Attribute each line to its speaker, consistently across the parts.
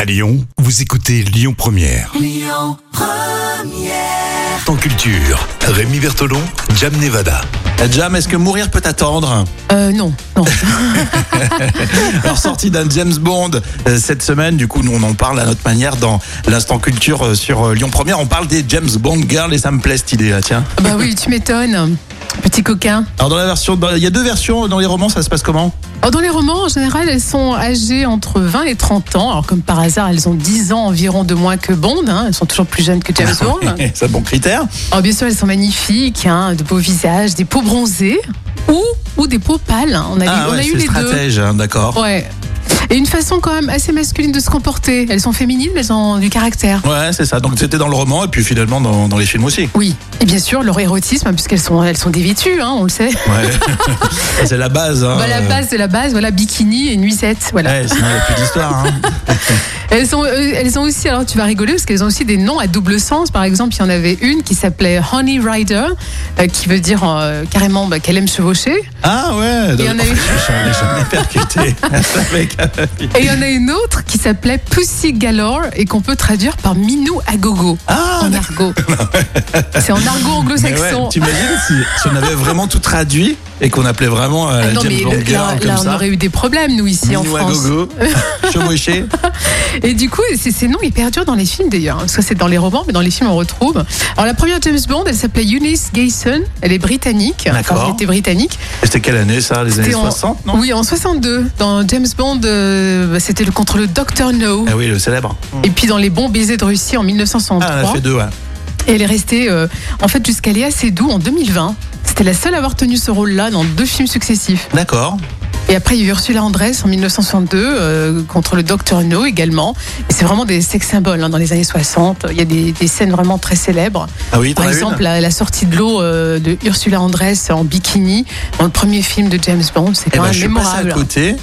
Speaker 1: À Lyon, vous écoutez Lyon Première. En culture, Rémi Bertolon, Jam Nevada.
Speaker 2: Euh, Jam, est-ce que mourir peut attendre
Speaker 3: Euh, non, non.
Speaker 2: Alors, sortie d'un James Bond euh, cette semaine, du coup, nous on en parle à notre manière dans l'instant culture euh, sur euh, Lyon Première. On parle des James Bond Girls et ça me plaît cette idée là, tiens.
Speaker 3: bah oui, tu m'étonnes. Petit coquin.
Speaker 2: Alors, dans la version, dans- il y a deux versions dans les romans, ça se passe comment
Speaker 3: Alors, Oh, dans les romans, en général, elles sont âgées entre 20 et 30 ans. Alors, comme par hasard, elles ont 10 ans environ de moins que Bond. hein. Elles sont toujours plus jeunes que James Bond.
Speaker 2: C'est un bon critère.
Speaker 3: Alors, bien sûr, elles sont magnifiques, hein, de beaux visages, des peaux bronzées ou, ou des peaux pâles. hein. On a,
Speaker 2: Ah
Speaker 3: on a
Speaker 2: ouais,
Speaker 3: eu
Speaker 2: c'est
Speaker 3: les
Speaker 2: stratège, hein,
Speaker 3: deux.
Speaker 2: d'accord.
Speaker 3: Ouais. Et une façon quand même assez masculine de se comporter. Elles sont féminines, mais elles ont du caractère.
Speaker 2: Ouais, c'est ça. Donc, c'était dans le roman et puis finalement dans, dans les films aussi.
Speaker 3: Oui, et bien sûr leur érotisme, hein, puisqu'elles sont, elles sont dévêtues, hein, on le sait.
Speaker 2: Ouais. c'est la base. Hein.
Speaker 3: Bah, la base de la base, voilà, bikini et nuisette. Voilà.
Speaker 2: Ouais, sinon, il n'y a plus d'histoire. hein.
Speaker 3: Elles ont, euh, elles ont aussi, alors tu vas rigoler parce qu'elles ont aussi des noms à double sens. Par exemple, il y en avait une qui s'appelait Honey Rider, euh, qui veut dire euh, carrément bah, qu'elle aime chevaucher.
Speaker 2: Ah ouais.
Speaker 3: Il y en a eu-
Speaker 2: J'en ai percuté. Avec- euh,
Speaker 3: Et il y en a une autre qui s'appelait Pussy Galore et qu'on peut traduire par Minou à gogo
Speaker 2: Ah,
Speaker 3: en argot. C'est en argot
Speaker 2: Mais ouais,
Speaker 3: anglo-saxon.
Speaker 2: T'imagines si, si on avait vraiment tout traduit et qu'on appelait vraiment euh,
Speaker 3: Ah non
Speaker 2: James
Speaker 3: mais
Speaker 2: Bond
Speaker 3: le-
Speaker 2: Girl
Speaker 3: là,
Speaker 2: comme
Speaker 3: là, on
Speaker 2: ça.
Speaker 3: aurait eu des problèmes nous ici en
Speaker 2: Minou à
Speaker 3: France.
Speaker 2: gogo, chevauché.
Speaker 3: Et du coup, ces, ces noms, ils perdurent dans les films d'ailleurs. hein, Parce que c'est dans les romans, mais dans les films, on retrouve. Alors, la première James Bond, elle s'appelait Eunice Gayson. Elle est britannique.
Speaker 2: D'accord.
Speaker 3: elle était britannique.
Speaker 2: Et C'était quelle année ça Les années
Speaker 3: C'était en-
Speaker 2: 60 non
Speaker 3: Oui, en 62. Dans James Bond, euh, c'était le contre le Dr. No.
Speaker 2: Ah oui, le célèbre.
Speaker 3: Et puis dans Les Bons Baisers de Russie en
Speaker 2: Ah,
Speaker 3: 1963.
Speaker 2: on a fait deux, ouais.
Speaker 3: et elle est restée, euh, en fait, jusqu'à Léa Seydoux en 2020. C'était la seule à avoir tenu ce rôle-là dans deux films successifs.
Speaker 2: D'accord.
Speaker 3: Et après, il y a eu Ursula Andress en 1962 euh, contre le Dr No également. Et c'est vraiment des sex symboles hein, dans les années 60. Il y a des, des scènes vraiment très célèbres.
Speaker 2: Ah oui, t'en
Speaker 3: Par
Speaker 2: as
Speaker 3: exemple, la, la sortie de l'eau euh, de Ursula Andress en bikini dans le premier film de James Bond, c'est
Speaker 2: Eh
Speaker 3: quand
Speaker 2: ben,
Speaker 3: même
Speaker 2: je suis passé à
Speaker 3: mémorable.
Speaker 2: côté.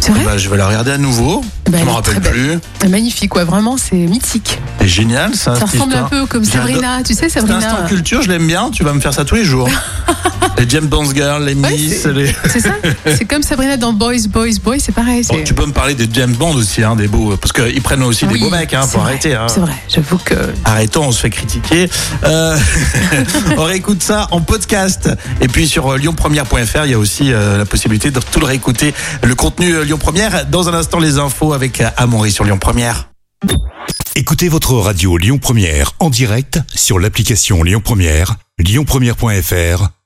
Speaker 3: C'est
Speaker 2: Eh
Speaker 3: vrai
Speaker 2: ben, je vais la regarder à nouveau.
Speaker 3: Ben,
Speaker 2: je
Speaker 3: elle
Speaker 2: m'en
Speaker 3: est
Speaker 2: rappelle
Speaker 3: très
Speaker 2: plus.
Speaker 3: C'est Ah, Magnifique, quoi. Vraiment, c'est mythique.
Speaker 2: C'est génial ça.
Speaker 3: Ça
Speaker 2: cette
Speaker 3: ressemble un
Speaker 2: histoire.
Speaker 3: peu comme
Speaker 2: J'adore.
Speaker 3: Sabrina. Tu sais,
Speaker 2: C'est Instant
Speaker 3: Sabrina.
Speaker 2: culture, je l'aime bien. Tu vas me faire ça tous les jours. les James Bond Girls, les
Speaker 3: Ouais,
Speaker 2: Miss,
Speaker 3: c'est-
Speaker 2: les.
Speaker 3: C'est ça C'est comme Sabrina dans Boys, Boys, Boys. C'est pareil.
Speaker 2: Bon,
Speaker 3: c'est-
Speaker 2: Oh, tu peux me parler des James Bond aussi, hein, des beaux, parce qu'ils prennent aussi
Speaker 3: Oui,
Speaker 2: des beaux mecs, hein,
Speaker 3: c'est
Speaker 2: faut
Speaker 3: vrai,
Speaker 2: arrêter. hein.
Speaker 3: C'est vrai, j'avoue que
Speaker 2: Arrêtons, on se fait critiquer. Euh, on réécoute ça en podcast. Et puis sur euh, lyonpremière.fr, il y a aussi euh, la possibilité de tout le réécouter, le contenu euh, Lyon Première. Dans un instant, les infos avec euh, Amaury sur Lyon Première.
Speaker 1: Écoutez votre radio Lyon Première en direct sur l'application Lyon Première, lyonpremière.fr